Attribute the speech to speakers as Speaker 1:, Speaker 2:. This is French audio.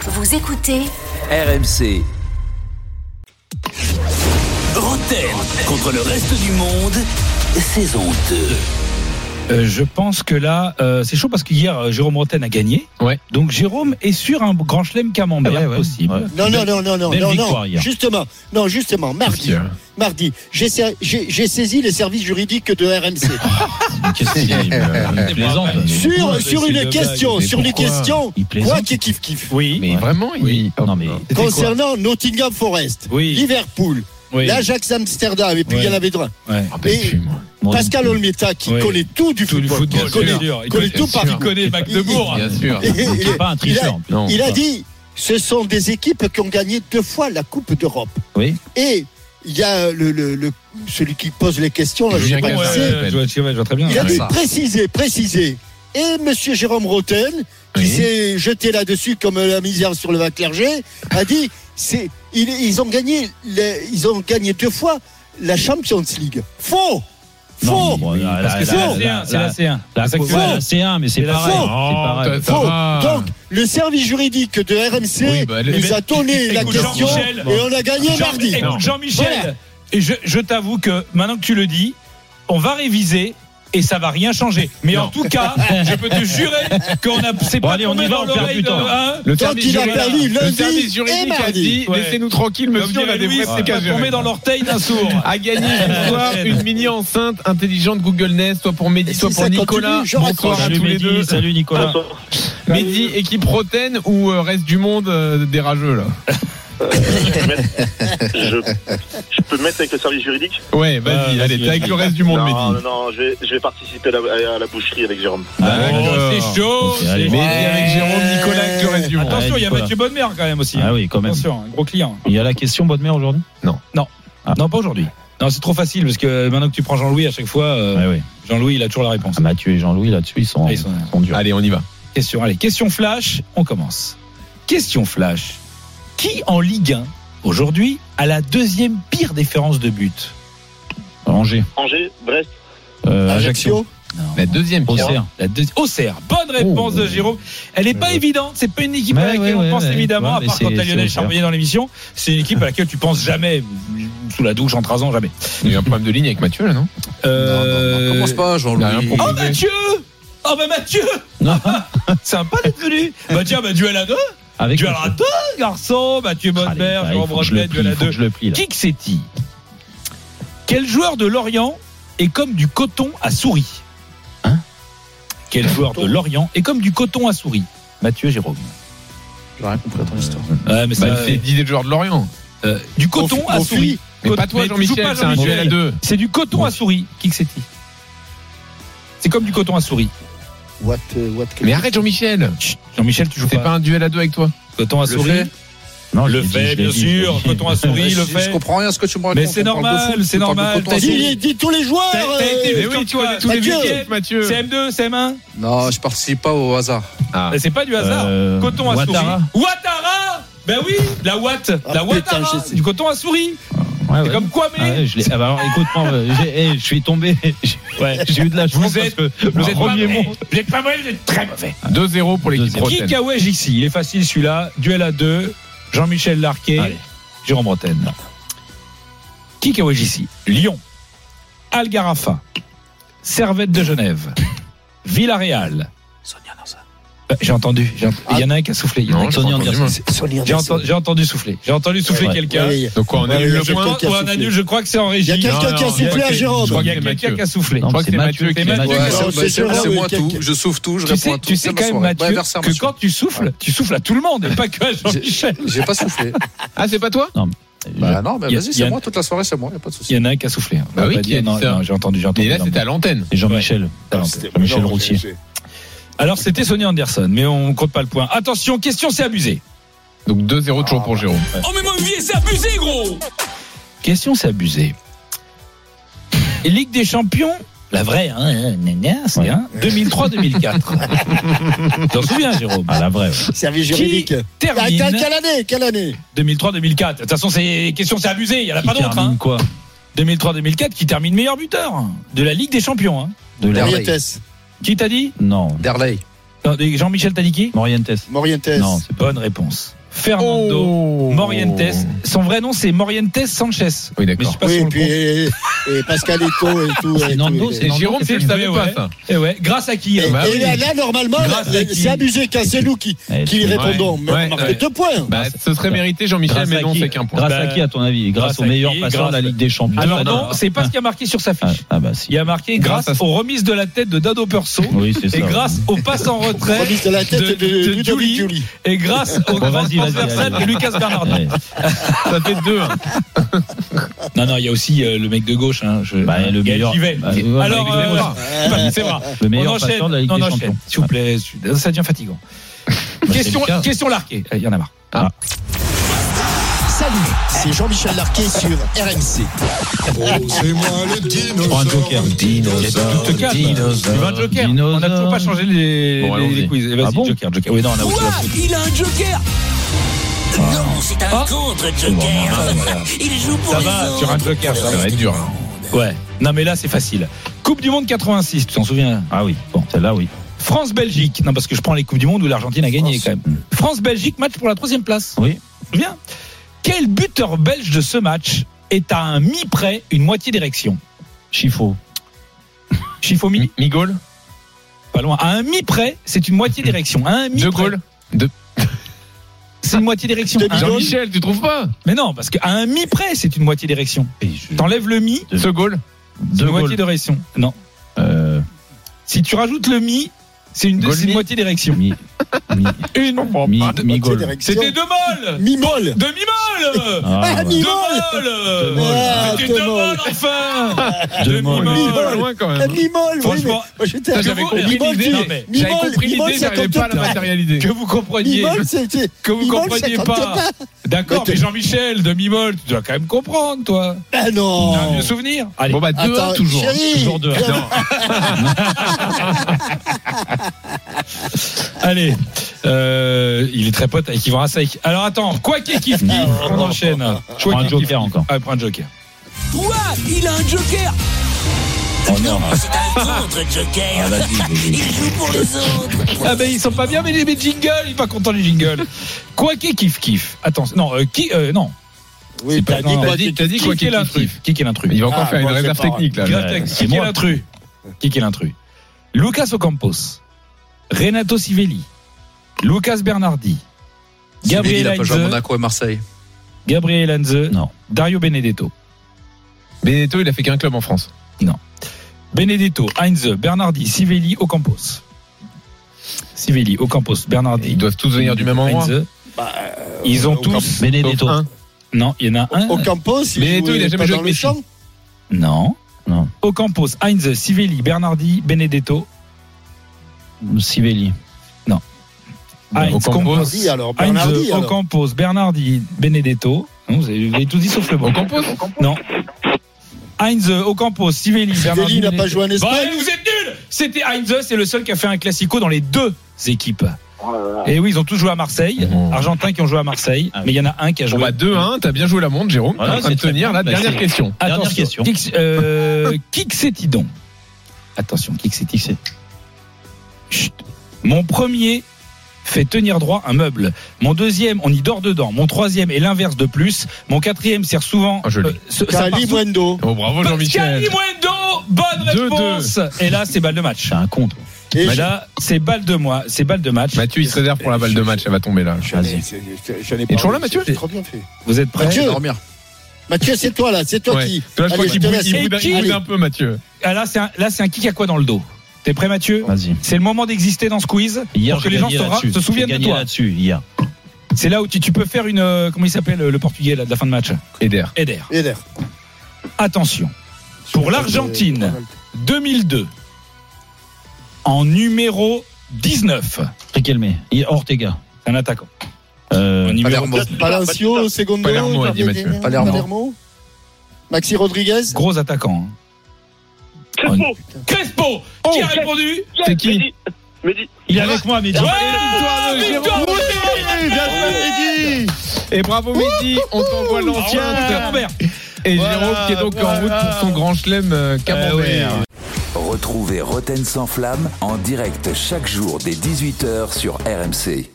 Speaker 1: Vous écoutez
Speaker 2: RMC. Roten contre le reste du monde, saison 2.
Speaker 3: Euh, je pense que là, euh, c'est chaud parce qu'hier, euh, Jérôme Roten a gagné.
Speaker 4: Ouais.
Speaker 3: Donc Jérôme est sur un grand chelem camembert
Speaker 4: Ah ouais, ouais.
Speaker 3: possible.
Speaker 4: Ouais.
Speaker 5: Non, non, non, non, non,
Speaker 3: Belle
Speaker 5: non,
Speaker 3: victoire
Speaker 5: non.
Speaker 3: hier.
Speaker 5: Justement, non, justement, mardi,
Speaker 4: Bien.
Speaker 5: mardi, j'ai sa- j'ai j'ai saisi les services juridiques de RMC
Speaker 3: Ah, Qu'est-ce qu'il est, il plaisante.
Speaker 5: sur sur
Speaker 3: c'est
Speaker 5: une
Speaker 3: de
Speaker 5: question,
Speaker 3: blague, mais
Speaker 5: sur une
Speaker 3: pourquoi
Speaker 5: question,
Speaker 3: Il plaisante.
Speaker 5: quoi qui kiff kiff.
Speaker 3: Oui.
Speaker 4: Mais vraiment, il.
Speaker 3: Oui.
Speaker 4: oh,
Speaker 3: Non, mais-
Speaker 4: putain.
Speaker 5: Concernant Nottingham Forest,
Speaker 3: Oui.
Speaker 5: Liverpool,
Speaker 3: Oui.
Speaker 5: l'Ajax Amsterdam et puis
Speaker 3: Ouais.
Speaker 5: il y en avait droit.
Speaker 4: Je
Speaker 3: Ouais.
Speaker 4: m'en rappelle
Speaker 5: Et-
Speaker 4: plus, moi.
Speaker 3: Mon-
Speaker 5: Pascal Olmeta qui
Speaker 3: Ouais.
Speaker 5: connaît tout du
Speaker 3: Tout du
Speaker 5: football,
Speaker 3: football,
Speaker 5: il connaît,
Speaker 3: bien sûr. Il
Speaker 5: connaît
Speaker 3: connaît-
Speaker 5: tout par
Speaker 3: Il connaît Magdebourg.
Speaker 4: Bien sûr.
Speaker 5: Il- il-
Speaker 3: C'est pas un
Speaker 5: il a-
Speaker 3: tricheur.
Speaker 4: Non.
Speaker 5: il a dit, ce sont des équipes qui ont gagné deux fois la Coupe d'Europe.
Speaker 3: Oui.
Speaker 5: Et il y a le, le- le- celui qui pose les questions, là, je sais
Speaker 4: Julien
Speaker 5: pas
Speaker 3: Ouais,
Speaker 5: qui
Speaker 3: ouais,
Speaker 4: Castel.
Speaker 5: c'est.
Speaker 3: ouais, je vois- je vois je vois très bien.
Speaker 5: Il a
Speaker 6: Ah
Speaker 3: Ouais.
Speaker 5: dit
Speaker 4: ça.
Speaker 5: préciser, préciser. Et Monsieur Jérôme Roten, qui
Speaker 4: Oui.
Speaker 5: s'est jeté là-dessus comme la misère sur le vac Clergé, a dit c'est ils, ils ont gagné les- ils ont gagné deux fois la Champions League. Faux,
Speaker 3: Non,
Speaker 5: faux.
Speaker 3: bon, là,
Speaker 5: parce
Speaker 3: là,
Speaker 5: que
Speaker 3: là,
Speaker 5: c'est
Speaker 3: là,
Speaker 5: faux.
Speaker 3: là,
Speaker 6: C'est la
Speaker 3: là,
Speaker 6: C1.
Speaker 3: La
Speaker 6: C'est la
Speaker 3: Coupe-
Speaker 6: C1.
Speaker 3: Voilà.
Speaker 6: la C1, mais c'est
Speaker 3: C'est la
Speaker 6: pareil.
Speaker 3: C1.
Speaker 6: C'est pareil.
Speaker 4: Oh, ça
Speaker 5: Faux.
Speaker 4: va.
Speaker 5: Donc le service juridique de RMC
Speaker 4: Oui, bah, les-
Speaker 5: nous a donné la
Speaker 6: Écoute,
Speaker 5: question
Speaker 6: Jean-Michel,
Speaker 5: et on a gagné
Speaker 6: Jean-
Speaker 5: mardi.
Speaker 6: écoute,
Speaker 4: Non.
Speaker 6: Jean-Michel,
Speaker 5: Voilà.
Speaker 6: et je, je t'avoue que maintenant que tu le dis, on va réviser. Et ça va rien changer. Mais en tout cas, je peux te jurer qu'on a. C'est
Speaker 3: Bon,
Speaker 6: pas
Speaker 3: allez, on
Speaker 6: tombé
Speaker 3: y va,
Speaker 6: dans
Speaker 3: on perd
Speaker 6: l'oreille
Speaker 3: plus
Speaker 6: de-
Speaker 3: tard.
Speaker 6: hein,
Speaker 4: Le
Speaker 5: Donc
Speaker 4: service
Speaker 5: il a
Speaker 4: juridique-
Speaker 5: perdu
Speaker 4: le
Speaker 5: lundi
Speaker 4: service
Speaker 5: et
Speaker 4: juridique a
Speaker 5: mardi.
Speaker 4: dit
Speaker 6: Ouais.
Speaker 4: laissez-nous tranquille,
Speaker 6: Comme
Speaker 4: monsieur, on a
Speaker 6: dirait
Speaker 4: des
Speaker 6: Louis,
Speaker 4: vrais
Speaker 6: c'est
Speaker 4: trucs à
Speaker 6: pas
Speaker 4: gérer.
Speaker 6: tombé dans l'orteil d'un sourd.
Speaker 3: Ah,
Speaker 4: A gagné ce soir une mini enceinte intelligente Google Nest, soit pour Mehdi,
Speaker 5: Et
Speaker 4: soit
Speaker 5: si
Speaker 4: pour
Speaker 5: ça continue,
Speaker 4: Nicolas.
Speaker 5: je
Speaker 4: Bonsoir
Speaker 5: raccroche.
Speaker 4: à
Speaker 3: Salut
Speaker 4: tous les
Speaker 3: Mehdi,
Speaker 4: deux.
Speaker 3: salut Nicolas.
Speaker 4: Mehdi, équipe Roten ou euh, reste du monde euh, des rageux là
Speaker 7: je, je peux me mettre avec le service juridique
Speaker 4: Ouais, vas-y,
Speaker 3: vas-y,
Speaker 4: allez,
Speaker 3: vas-y.
Speaker 4: t'es avec le reste du monde,
Speaker 7: Non,
Speaker 4: Mehdi.
Speaker 7: non, non, je vais, je vais participer à la, à la boucherie avec Jérôme.
Speaker 4: D'accord.
Speaker 6: Oh, c'est chaud.
Speaker 3: Ok, allez.
Speaker 6: c'est-
Speaker 4: Mehdi avec Jérôme, Nicolas, avec le reste du monde.
Speaker 6: Attention, il y a
Speaker 3: Nicolas.
Speaker 6: Mathieu Bonnemer quand même aussi. hein.
Speaker 3: Ah oui, quand même.
Speaker 6: Attention, un gros client.
Speaker 3: Il y a la question bonne mère aujourd'hui
Speaker 6: Ah. Non, pas aujourd'hui. Non, c'est trop facile parce que maintenant que tu prends Jean-Louis à chaque fois, euh,
Speaker 3: Ouais, ouais.
Speaker 6: Jean-Louis, il a toujours la réponse.
Speaker 3: Ah, Mathieu et Jean-Louis là-dessus, ils sont,
Speaker 6: Ah, ils sont-
Speaker 3: sont durs.
Speaker 4: Allez, on y va.
Speaker 6: Question, allez, question flash, on commence. Question flash. Qui en Ligue 1 aujourd'hui a la deuxième pire différence de but
Speaker 3: Angers,
Speaker 7: Angers, Brest,
Speaker 3: euh,
Speaker 6: Ah,
Speaker 3: Ajaccio,
Speaker 5: Ajaccio.
Speaker 4: La deuxième pierre.
Speaker 3: Auxerre.
Speaker 6: La deuxi- Auxerre. Bonne réponse
Speaker 3: Oh.
Speaker 6: de Jérôme. Elle n'est pas
Speaker 3: Ouais.
Speaker 6: évidente, c'est pas une équipe
Speaker 3: Ouais,
Speaker 6: à laquelle
Speaker 3: ouais,
Speaker 6: on
Speaker 3: ouais,
Speaker 6: pense
Speaker 3: ouais.
Speaker 6: évidemment, à
Speaker 3: Ouais,
Speaker 6: part
Speaker 3: mais
Speaker 6: quand
Speaker 3: c'est-
Speaker 6: t'as
Speaker 3: c'est
Speaker 6: Lionel
Speaker 3: Auxerre.
Speaker 6: Charbonnier dans l'émission. C'est une équipe à laquelle tu penses jamais, sous la douche, en rasant, jamais.
Speaker 4: Il y a eu un problème de ligne avec Mathieu là, non
Speaker 6: Euh,
Speaker 4: Il
Speaker 8: pas,
Speaker 4: a rien
Speaker 8: Jean-Louis.
Speaker 6: Oh
Speaker 4: proposé.
Speaker 6: Mathieu Oh bah Mathieu Sympa d'être venu Bah tiens, bah duel à deux
Speaker 3: Avec
Speaker 6: Duel à deux, garçon Mathieu
Speaker 3: Allez,
Speaker 6: Bonneberg,
Speaker 3: bah, il
Speaker 6: Jérôme
Speaker 3: faut que je le
Speaker 6: Rochelet,
Speaker 3: plie,
Speaker 6: duel à
Speaker 3: il faut
Speaker 6: deux.
Speaker 3: que je le plie là.
Speaker 6: Qui que c'est-il Quel joueur de Lorient est comme du coton à souris
Speaker 3: Hein
Speaker 6: Quel joueur de Lorient est comme du coton à souris Mathieu Jérôme.
Speaker 8: J'ai rien compris à ton histoire.
Speaker 6: Ouais, mais
Speaker 4: Bah,
Speaker 6: ça,
Speaker 4: c'est Didier joueur de Lorient.
Speaker 6: euh, du coton
Speaker 5: Confi-
Speaker 6: à
Speaker 5: Confi-
Speaker 6: souris.
Speaker 4: Mais
Speaker 6: Côte-
Speaker 4: pas toi,
Speaker 6: mais tu joues
Speaker 4: Jean-Michel,
Speaker 6: pas
Speaker 4: c'est un duel à
Speaker 6: Jean-Michel.
Speaker 4: deux.
Speaker 6: C'est du coton à souris. Qui que c'est-il C'est comme du coton à souris.
Speaker 5: What, euh, what-
Speaker 4: Mais arrête, Jean-Michel.
Speaker 6: Chut, Jean-Michel, tu joues
Speaker 4: C'est
Speaker 6: pas.
Speaker 4: pas un duel à deux avec toi.
Speaker 6: Coton à
Speaker 8: Le
Speaker 6: souris.
Speaker 8: fait
Speaker 3: Non, je
Speaker 6: Le
Speaker 3: l'ai dit, je
Speaker 6: fait,
Speaker 3: l'ai
Speaker 6: bien
Speaker 3: dit, je l'ai
Speaker 6: sûr.
Speaker 3: dit.
Speaker 6: Coton à souris, le
Speaker 8: Je, je
Speaker 6: fait.
Speaker 8: comprends rien à ce que tu me racontes.
Speaker 6: Mais c'est
Speaker 8: on parle de
Speaker 6: normal,
Speaker 8: foot,
Speaker 6: c'est
Speaker 8: on parle de
Speaker 6: normal.
Speaker 8: coton.
Speaker 5: Dis, dis tous les joueurs.
Speaker 6: T'as- t'as
Speaker 5: euh,
Speaker 6: été
Speaker 4: Mais oui, tu
Speaker 6: Toi,
Speaker 4: connais tous les
Speaker 5: Mathieu.
Speaker 3: Euh,
Speaker 4: week-ends, Mathieu.
Speaker 6: CM2, CM1
Speaker 8: Non, je participe pas au hasard.
Speaker 4: Ah.
Speaker 6: Mais C'est pas du hasard.
Speaker 3: Euh,
Speaker 6: Coton à
Speaker 3: Ouattara.
Speaker 6: souris. Ouattara Ben oui, la Watt, la
Speaker 5: Ah,
Speaker 6: Ouattara,
Speaker 5: putain, je sais.
Speaker 6: du coton à souris.
Speaker 3: Ouais,
Speaker 6: C'est
Speaker 3: ouais.
Speaker 6: comme quoi,
Speaker 3: Ah
Speaker 6: mais.
Speaker 3: ouais, je l'ai- ah bah alors, écoute, moi, j'ai- eh, je suis tombé. J'ai j'ai eu de la chance.
Speaker 6: Vous êtes-
Speaker 3: parce que le
Speaker 6: Vous êtes pas
Speaker 3: premier
Speaker 6: mauvais.
Speaker 3: mot. Ah,
Speaker 6: Vous êtes pas mauvais, vous êtes très mauvais.
Speaker 4: 2-0 pour l'équipe
Speaker 3: Deuxième.
Speaker 6: Qui
Speaker 4: prochaine.
Speaker 6: Kawège ici Il est facile celui-là. Duel à deux. Jean-Michel Larquet,
Speaker 3: Allez.
Speaker 6: Jérôme Bretagne. Qui Kawège ici Lyon, Algarafa, Servette de Genève, Villarreal.
Speaker 8: Sonia Narsa.
Speaker 6: Euh, J'ai entendu. j'ai ent- Il y en a un qui a soufflé. il y en a un
Speaker 4: Non,
Speaker 6: qui
Speaker 4: j'ai
Speaker 6: a
Speaker 4: pas
Speaker 6: entendu en
Speaker 4: entendu,
Speaker 6: dire-
Speaker 4: moi.
Speaker 5: Sonny
Speaker 6: J'ai
Speaker 5: Anderson.
Speaker 6: entendu, j'ai entendu souffler. J'ai entendu souffler
Speaker 3: Ouais.
Speaker 6: quelqu'un.
Speaker 5: Ouais,
Speaker 4: Donc quoi, on a
Speaker 5: Ouais,
Speaker 4: eu
Speaker 5: il y
Speaker 4: le
Speaker 5: a quelqu'un
Speaker 4: point.
Speaker 5: qui a
Speaker 6: Ou un
Speaker 5: soufflé.
Speaker 6: annule, je crois que c'est en
Speaker 5: Il
Speaker 6: régie.
Speaker 5: y a quelqu'un
Speaker 4: Non,
Speaker 5: qui a
Speaker 4: non,
Speaker 5: soufflé à Jérôme.
Speaker 6: Je crois qu'il y a
Speaker 4: C'est
Speaker 6: quelqu'un
Speaker 4: Mathieu.
Speaker 6: qui a soufflé.
Speaker 3: Non,
Speaker 4: crois que
Speaker 3: c'est
Speaker 4: c'est
Speaker 3: Mathieu.
Speaker 4: Mathieu
Speaker 3: c'est
Speaker 6: qui
Speaker 3: Mathieu.
Speaker 6: m'a
Speaker 8: Ouais,
Speaker 6: dit-
Speaker 8: c'est-
Speaker 5: Non,
Speaker 8: bah,
Speaker 5: c'est
Speaker 8: c'est
Speaker 5: Jean-Louis
Speaker 8: c'est moi
Speaker 5: qui a-
Speaker 8: tout. Je souffle tout, je
Speaker 6: Tu
Speaker 8: réponds
Speaker 6: sais,
Speaker 8: à tout.
Speaker 6: tu sais
Speaker 8: C'est ma
Speaker 6: quand même,
Speaker 8: soirée. Ouais,
Speaker 6: Mathieu,
Speaker 8: verse un
Speaker 6: que
Speaker 8: monsieur.
Speaker 6: quand tu souffles, tu souffles à tout le monde et pas que à Jean-Michel.
Speaker 8: J'ai pas soufflé.
Speaker 4: Ah, c'est pas toi
Speaker 8: Bah non, mais
Speaker 6: y a-
Speaker 8: vas-y,
Speaker 6: y a-
Speaker 8: c'est moi toute la soirée, c'est moi, y a pas de
Speaker 6: Il
Speaker 8: souci.
Speaker 6: y en a un qui a soufflé. On
Speaker 4: Bah
Speaker 6: va
Speaker 4: oui,
Speaker 6: pas
Speaker 4: qui
Speaker 6: dire-
Speaker 4: a dit
Speaker 6: non,
Speaker 4: ça
Speaker 6: non, j'ai entendu, j'ai
Speaker 4: Mais
Speaker 6: entendu.
Speaker 4: là,
Speaker 6: Non,
Speaker 4: c'était à l'antenne.
Speaker 3: Et Jean-Michel. Jean-Michel Routier.
Speaker 6: Alors, c'était Sonny Anderson, mais on compte pas le point. Attention, question, c'est abusé.
Speaker 4: Donc 2-0 toujours pour Jérôme.
Speaker 6: Oh, mais mon vieil, c'est abusé, gros Question, c'est abusé. Et Ligue des Champions, la vraie, hein, gna, gna, c'est hein, 2003-2004. T'en souviens, Jérôme
Speaker 3: Ah, la vraie. ouais.
Speaker 5: Service
Speaker 6: Qui
Speaker 5: juridique. Ah,
Speaker 6: Termine
Speaker 5: quelle quelle année Quelle année
Speaker 6: 2003-2004. De toute façon, c'est question, c'est abusé, il n'y en a pas
Speaker 3: Qui
Speaker 6: d'autre.
Speaker 3: termine
Speaker 6: hein.
Speaker 3: quoi
Speaker 6: 2003-2004 qui termine meilleur buteur de la Ligue des Champions. hein.
Speaker 3: De la-
Speaker 8: Derrière.
Speaker 5: Benitez.
Speaker 6: Qui t'a dit
Speaker 3: Non.
Speaker 8: Derley.
Speaker 6: Non, des- Jean-Michel Taliki
Speaker 3: Morientes.
Speaker 5: Morientes.
Speaker 3: Non, c'est bonne réponse. Fernando
Speaker 4: Oh
Speaker 6: Morientes. Son vrai nom, c'est Morientes Sanchez.
Speaker 4: Oui,
Speaker 6: Mais je
Speaker 4: d'accord.
Speaker 6: sais pas
Speaker 5: oui,
Speaker 6: si on
Speaker 5: et
Speaker 6: le
Speaker 5: puis
Speaker 6: prononce.
Speaker 5: et, et Pascal Eto et tout. et
Speaker 3: C'est Nando,
Speaker 5: tout,
Speaker 3: c'est
Speaker 5: et-
Speaker 4: Et
Speaker 3: Nando
Speaker 4: Jérôme,
Speaker 3: qui
Speaker 4: c'est
Speaker 3: fait
Speaker 4: le savait
Speaker 6: jouer,
Speaker 4: pas,
Speaker 6: ouais.
Speaker 4: ça.
Speaker 6: Eh ouais, grâce à qui
Speaker 5: et-
Speaker 6: alors
Speaker 4: bah
Speaker 5: et
Speaker 4: oui.
Speaker 5: là, là, normalement,
Speaker 6: Grâce à qui
Speaker 5: c'est abusé quand c'est nous qui,
Speaker 3: Ouais,
Speaker 5: qui
Speaker 3: c'est-
Speaker 5: les répondons.
Speaker 4: ouais,
Speaker 5: Mais
Speaker 4: ouais,
Speaker 5: on marque
Speaker 4: ouais.
Speaker 5: deux points.
Speaker 4: Bah, ce serait mérité, Jean-Michel,
Speaker 3: Grâce
Speaker 4: mais
Speaker 3: à
Speaker 4: non,
Speaker 3: qui
Speaker 4: c'est qu'un point.
Speaker 3: Grâce
Speaker 6: Bah,
Speaker 3: à qui, à ton avis Grâce,
Speaker 6: grâce
Speaker 3: au
Speaker 6: à
Speaker 3: meilleur
Speaker 6: qui
Speaker 3: passeur
Speaker 6: Grâce
Speaker 3: de la
Speaker 6: à-
Speaker 3: Ligue des Champions.
Speaker 6: Alors Ah non, c'est pas ce
Speaker 3: qu'il
Speaker 6: qui a marqué sur sa
Speaker 3: Ah,
Speaker 6: fiche.
Speaker 3: ah bah
Speaker 6: Il
Speaker 3: si.
Speaker 6: a marqué
Speaker 4: Grâce
Speaker 6: grâce,
Speaker 4: à-
Speaker 6: aux remises de la tête de Dado Perso
Speaker 3: Oui, c'est ça.
Speaker 6: et grâce aux passes en retrait
Speaker 5: Remise de la tête de,
Speaker 6: de- de
Speaker 5: Ludovic
Speaker 6: Giuli.
Speaker 5: Giuli.
Speaker 6: et grâce aux
Speaker 3: Bon,
Speaker 6: grandes
Speaker 3: vas-y, vas-y,
Speaker 6: transversales
Speaker 3: allez.
Speaker 6: de Lucas Bernardi.
Speaker 3: Ouais.
Speaker 4: Ça fait deux. hein.
Speaker 3: Non, non, il y a aussi euh, le mec de gauche. hein, je-
Speaker 6: Bah,
Speaker 3: Gaël
Speaker 6: le meilleur.
Speaker 3: Givet.
Speaker 6: Bah,
Speaker 3: Ouais,
Speaker 6: ouais,
Speaker 3: Gaël
Speaker 6: Alors,
Speaker 3: Givet,
Speaker 6: euh,
Speaker 3: voilà.
Speaker 6: voilà. c'est vrai.
Speaker 3: le
Speaker 6: On
Speaker 3: meilleur
Speaker 6: enchaîne,
Speaker 3: passeur de la Ligue
Speaker 6: on
Speaker 3: des
Speaker 6: enchaîne,
Speaker 3: Champions. Bah,
Speaker 6: s'il vous plaît. Ça devient fatigant.
Speaker 3: c'est
Speaker 6: question,
Speaker 3: le cas.
Speaker 6: question larquée. Il y en a marre.
Speaker 1: Salut, c'est Jean-Michel Larquet sur RMC. c'est moi le
Speaker 3: Prends un joker.
Speaker 6: Tu te calmes. Tu veux un joker
Speaker 3: Dinosaure.
Speaker 6: On n'a toujours pas changé les,
Speaker 3: Bon,
Speaker 6: les- les
Speaker 3: allons-y.
Speaker 6: quiz. Eh, Vas-y,
Speaker 3: Ah bon
Speaker 6: joker, joker. Oui, non, on a
Speaker 2: Quoi
Speaker 6: aussi-
Speaker 2: Il a un joker Non, c'est un contre-joker. Il joue pour
Speaker 6: Ça
Speaker 2: les
Speaker 6: va,
Speaker 2: autres.
Speaker 6: sur un joker, ça va être dur. hein. Ouais. Non, mais là, c'est facile. Coupe du Monde 86, tu t'en souviens
Speaker 3: Ah oui, bon, celle-là, oui.
Speaker 6: France-Belgique. Non, parce que je prends les Coupes du Monde où l'Argentine a gagné quand même. France-Belgique, match pour la troisième place.
Speaker 3: Oui.
Speaker 6: Bien. Quel buteur belge de ce match est à un mi près une moitié d'érection
Speaker 3: Chiffo.
Speaker 6: Chifomi
Speaker 4: Mi- Migol
Speaker 6: Pas loin. À un mi près, c'est une moitié d'érection. À un mi
Speaker 4: De
Speaker 6: près,
Speaker 4: Gaulle
Speaker 6: C'est une moitié d'érection. À un mi-
Speaker 4: Jean-Michel, tu trouves pas
Speaker 6: Mais non, parce qu'à un mi près, c'est une moitié d'érection. T'enlèves le mi,
Speaker 4: Ce Gaulle
Speaker 6: c'est
Speaker 3: De
Speaker 6: une moitié
Speaker 3: Gaulle.
Speaker 6: d'érection. Non.
Speaker 3: Euh,
Speaker 6: Si tu rajoutes le mi, c'est une,
Speaker 4: Gaulle
Speaker 6: c'est une
Speaker 4: mi.
Speaker 6: moitié d'érection.
Speaker 3: Mi- Mi-
Speaker 6: Une-
Speaker 3: Mi-
Speaker 5: C'est
Speaker 3: Migol.
Speaker 5: d'érection.
Speaker 6: C'était deux molles
Speaker 5: Mimol.
Speaker 6: Demi-molle
Speaker 5: Ah,
Speaker 3: Ah, ouais.
Speaker 6: Deux
Speaker 5: Mimol.
Speaker 6: molles C'était
Speaker 5: deux
Speaker 6: deux
Speaker 5: molles.
Speaker 6: molles, enfin
Speaker 3: Deux molles.
Speaker 5: Mimol.
Speaker 4: Loin quand
Speaker 5: Ah,
Speaker 4: même.
Speaker 5: Mimol, oui, mais
Speaker 6: Franchement,
Speaker 5: moi j'étais
Speaker 4: Ça,
Speaker 5: à
Speaker 4: J'avais
Speaker 6: Que vous-
Speaker 4: compris
Speaker 5: Mimol,
Speaker 4: l'idée.
Speaker 6: non, mais
Speaker 4: J'avais
Speaker 5: Mimol,
Speaker 4: compris
Speaker 5: Mimol,
Speaker 4: l'idée, j'arrivais pas à la
Speaker 5: 50.
Speaker 4: matérialiser.
Speaker 6: que vous compreniez,
Speaker 5: Mimol, c'était.
Speaker 6: que vous
Speaker 5: Mimol,
Speaker 6: compreniez
Speaker 5: 50.
Speaker 6: pas. D'accord,
Speaker 5: Mais t'es-
Speaker 6: mais Jean-Michel, demi-molle, tu dois quand même comprendre, toi.
Speaker 5: Ah
Speaker 6: T'as un
Speaker 5: non.
Speaker 6: vieux souvenir. Allez,
Speaker 4: Bon bah deux
Speaker 5: Attends,
Speaker 4: un, toujours.
Speaker 5: chérie.
Speaker 4: Toujours deux. un. Non.
Speaker 6: allez. Euh, il est très pote avec Yvan Assaïk. Alors attends, quoi qu'il kiffe, kiffe, on enchaîne. Quoi
Speaker 3: Prends un
Speaker 6: qu'il kiffe,
Speaker 3: joker
Speaker 6: kiffe.
Speaker 3: encore.
Speaker 6: Ah, prends un joker.
Speaker 2: Quoi Il a un joker Non, c'est un contre-joker. Il joue pour les autres.
Speaker 6: Ah ben ils sont pas bien mais les mais jingles, il est pas content les jingles. Quoi qu'il kiffe kiffe. Attends, non, euh, qui euh, non.
Speaker 5: Oui,
Speaker 6: C'est pas-
Speaker 5: t'as
Speaker 6: non,
Speaker 5: dit
Speaker 4: T'as
Speaker 5: quoi
Speaker 4: dit, t'as dit
Speaker 6: Qui
Speaker 4: quoi
Speaker 6: qui est
Speaker 4: qu'il kiffe.
Speaker 6: l'intrus Qui qui est l'intrus
Speaker 4: Il va encore
Speaker 5: Ah,
Speaker 4: faire une
Speaker 5: moi, je
Speaker 4: réserve
Speaker 5: sais pas.
Speaker 4: technique là.
Speaker 6: Gratek,
Speaker 3: c'est
Speaker 6: qui qui est
Speaker 3: moi.
Speaker 6: l'intrus Qui qui est l'intrus Lucas Ocampos, Renato Sivelli, Lucas Bernardi,
Speaker 8: Gabriel, il
Speaker 6: Gabriel
Speaker 8: a pas joué à
Speaker 6: Heinze,
Speaker 8: Monaco et Marseille.
Speaker 6: Gabriel Heinze,
Speaker 3: Non.
Speaker 6: Dario Benedetto.
Speaker 4: Benedetto, il a fait qu'un club en France.
Speaker 6: Benedetto, Heinze, Bernardi, Sivelli, Ocampos. Sivelli, Ocampos, Bernardi.
Speaker 4: Ils doivent tous venir du même endroit. Bah,
Speaker 6: Heinze. Ils ont
Speaker 5: Ocampo.
Speaker 6: tous.
Speaker 3: Benedetto.
Speaker 4: Sauf un.
Speaker 6: Non, il y en a un.
Speaker 5: Au Campos,
Speaker 4: Hein Mais
Speaker 5: il
Speaker 4: Eto, il a
Speaker 5: jouait
Speaker 4: jamais joué
Speaker 5: pas dans
Speaker 4: avec
Speaker 5: le
Speaker 4: Messi.
Speaker 5: champ.
Speaker 6: Non.
Speaker 3: Non.
Speaker 6: Ocampos, Heinz, Sivelli, Bernardi, Benedetto.
Speaker 3: Sivelli.
Speaker 6: Heinz,
Speaker 4: Ocampos.
Speaker 6: Campos,
Speaker 5: Bernardi, alors,
Speaker 6: Heinz,
Speaker 5: Bernardi, alors.
Speaker 6: Ocampos, Bernardi, Benedetto. Non, vous avez vous avez tout dit sauf le bon.
Speaker 4: Ocampos
Speaker 6: Non. Heinz, Ocampos, Sivelli, Bernardi.
Speaker 5: Sivelli n'a
Speaker 6: Benedetto.
Speaker 5: pas joué en
Speaker 6: Bah,
Speaker 5: Espagne.
Speaker 6: allez, vous êtes nuls C'était Heinz, c'est le seul qui a fait un classico dans les deux équipes.
Speaker 7: euh,
Speaker 5: Ah.
Speaker 6: Et oui, ils ont tous joué à Marseille.
Speaker 4: Mmh.
Speaker 6: Argentins qui ont joué à Marseille.
Speaker 3: Ah oui.
Speaker 6: Mais il y en a un qui a
Speaker 4: Bon
Speaker 6: joué.
Speaker 4: bah 2-1, t'as bien joué la montre Jérôme, t'es
Speaker 3: Voilà,
Speaker 4: en train de
Speaker 3: c'est très
Speaker 4: tenir
Speaker 3: bien.
Speaker 4: la
Speaker 3: Bah,
Speaker 4: dernière
Speaker 3: c'est-
Speaker 4: question.
Speaker 3: Dernière
Speaker 6: Attention.
Speaker 3: question.
Speaker 6: Kix- euh, Kixétidon. Attention, Kixétidon. Chut. Mon premier fait tenir droit un meuble. Mon deuxième, on y dort dedans. Mon troisième est l'inverse de plus. Mon quatrième sert souvent. euh,
Speaker 4: Ah, joli.
Speaker 6: ce- ça part
Speaker 5: Cali
Speaker 6: souvent-
Speaker 5: Mwendo.
Speaker 4: Oh bravo
Speaker 6: Pascal
Speaker 4: Jean-Michel.
Speaker 6: Limwendo, bonne
Speaker 4: Deux,
Speaker 6: réponse. Et là, c'est balle de match. hein.
Speaker 3: C'est un compte.
Speaker 5: Et
Speaker 6: Mais
Speaker 5: je-
Speaker 6: là, c'est balle de moi, c'est balle de match.
Speaker 4: Mathieu, il se réserve pour la balle de match, elle va tomber là.
Speaker 5: J'en ai-
Speaker 3: Vas-y.
Speaker 5: c'est- c'est- j'en ai
Speaker 4: toujours
Speaker 5: parlé,
Speaker 4: là, Mathieu
Speaker 5: C'est trop bien fait.
Speaker 6: Vous êtes prêts
Speaker 5: Mathieu.
Speaker 8: Mathieu, dormir.
Speaker 5: Mathieu, c'est toi là, c'est toi
Speaker 4: Ouais.
Speaker 5: qui.
Speaker 4: Là, je crois
Speaker 5: Allez,
Speaker 4: qu'il
Speaker 5: je te
Speaker 4: boude,
Speaker 5: laisse.
Speaker 4: il boude- il
Speaker 5: Allez.
Speaker 4: boude un peu Mathieu.
Speaker 6: Ah, Là, c'est un, là, c'est un kick à quoi dans le dos T'es prêt, Mathieu
Speaker 3: Vas-y.
Speaker 6: C'est le moment d'exister dans ce quiz.
Speaker 3: Hier,
Speaker 6: pour que
Speaker 3: j'ai
Speaker 6: les gens
Speaker 3: gagné
Speaker 6: se ra-
Speaker 3: là-dessus.
Speaker 6: se souviennent
Speaker 3: J'ai
Speaker 6: de
Speaker 3: gagné
Speaker 6: toi.
Speaker 3: là-dessus hier.
Speaker 6: C'est là où tu, tu peux faire une. euh, comment il s'appelle euh, le portugais là, de la fin de match
Speaker 4: Eder.
Speaker 6: Eder.
Speaker 5: Eder.
Speaker 6: Attention. Pour l'Argentine, 2002, en numéro 19,
Speaker 3: Riquelme. Il- Ortega.
Speaker 6: un attaquant.
Speaker 3: Euh,
Speaker 6: En numéro
Speaker 8: Palermo.
Speaker 6: 19,
Speaker 5: Palacio, Segundo.
Speaker 4: Palermo, a dit Mathieu.
Speaker 8: Palermo.
Speaker 5: Maxi Rodriguez.
Speaker 6: gros attaquant. hein. Oh,
Speaker 3: en-
Speaker 6: Crespo Qui a
Speaker 4: Oh,
Speaker 6: répondu
Speaker 4: C'est qui
Speaker 7: Mais dis,
Speaker 6: Il est avec moi, Mehdi.
Speaker 4: Ouais,
Speaker 6: Ah,
Speaker 4: victoire de
Speaker 6: victoire
Speaker 4: Jérôme.
Speaker 6: de Jérôme.
Speaker 4: Et bravo Mehdi, on t'envoie l'ancien.
Speaker 6: Camembert.
Speaker 3: Eh
Speaker 4: Et Jérôme qui est donc en route pour son grand chelem euh, camembert.
Speaker 2: Re- Retrouvez Roten sans flamme en direct chaque jour dès 18h sur RMC.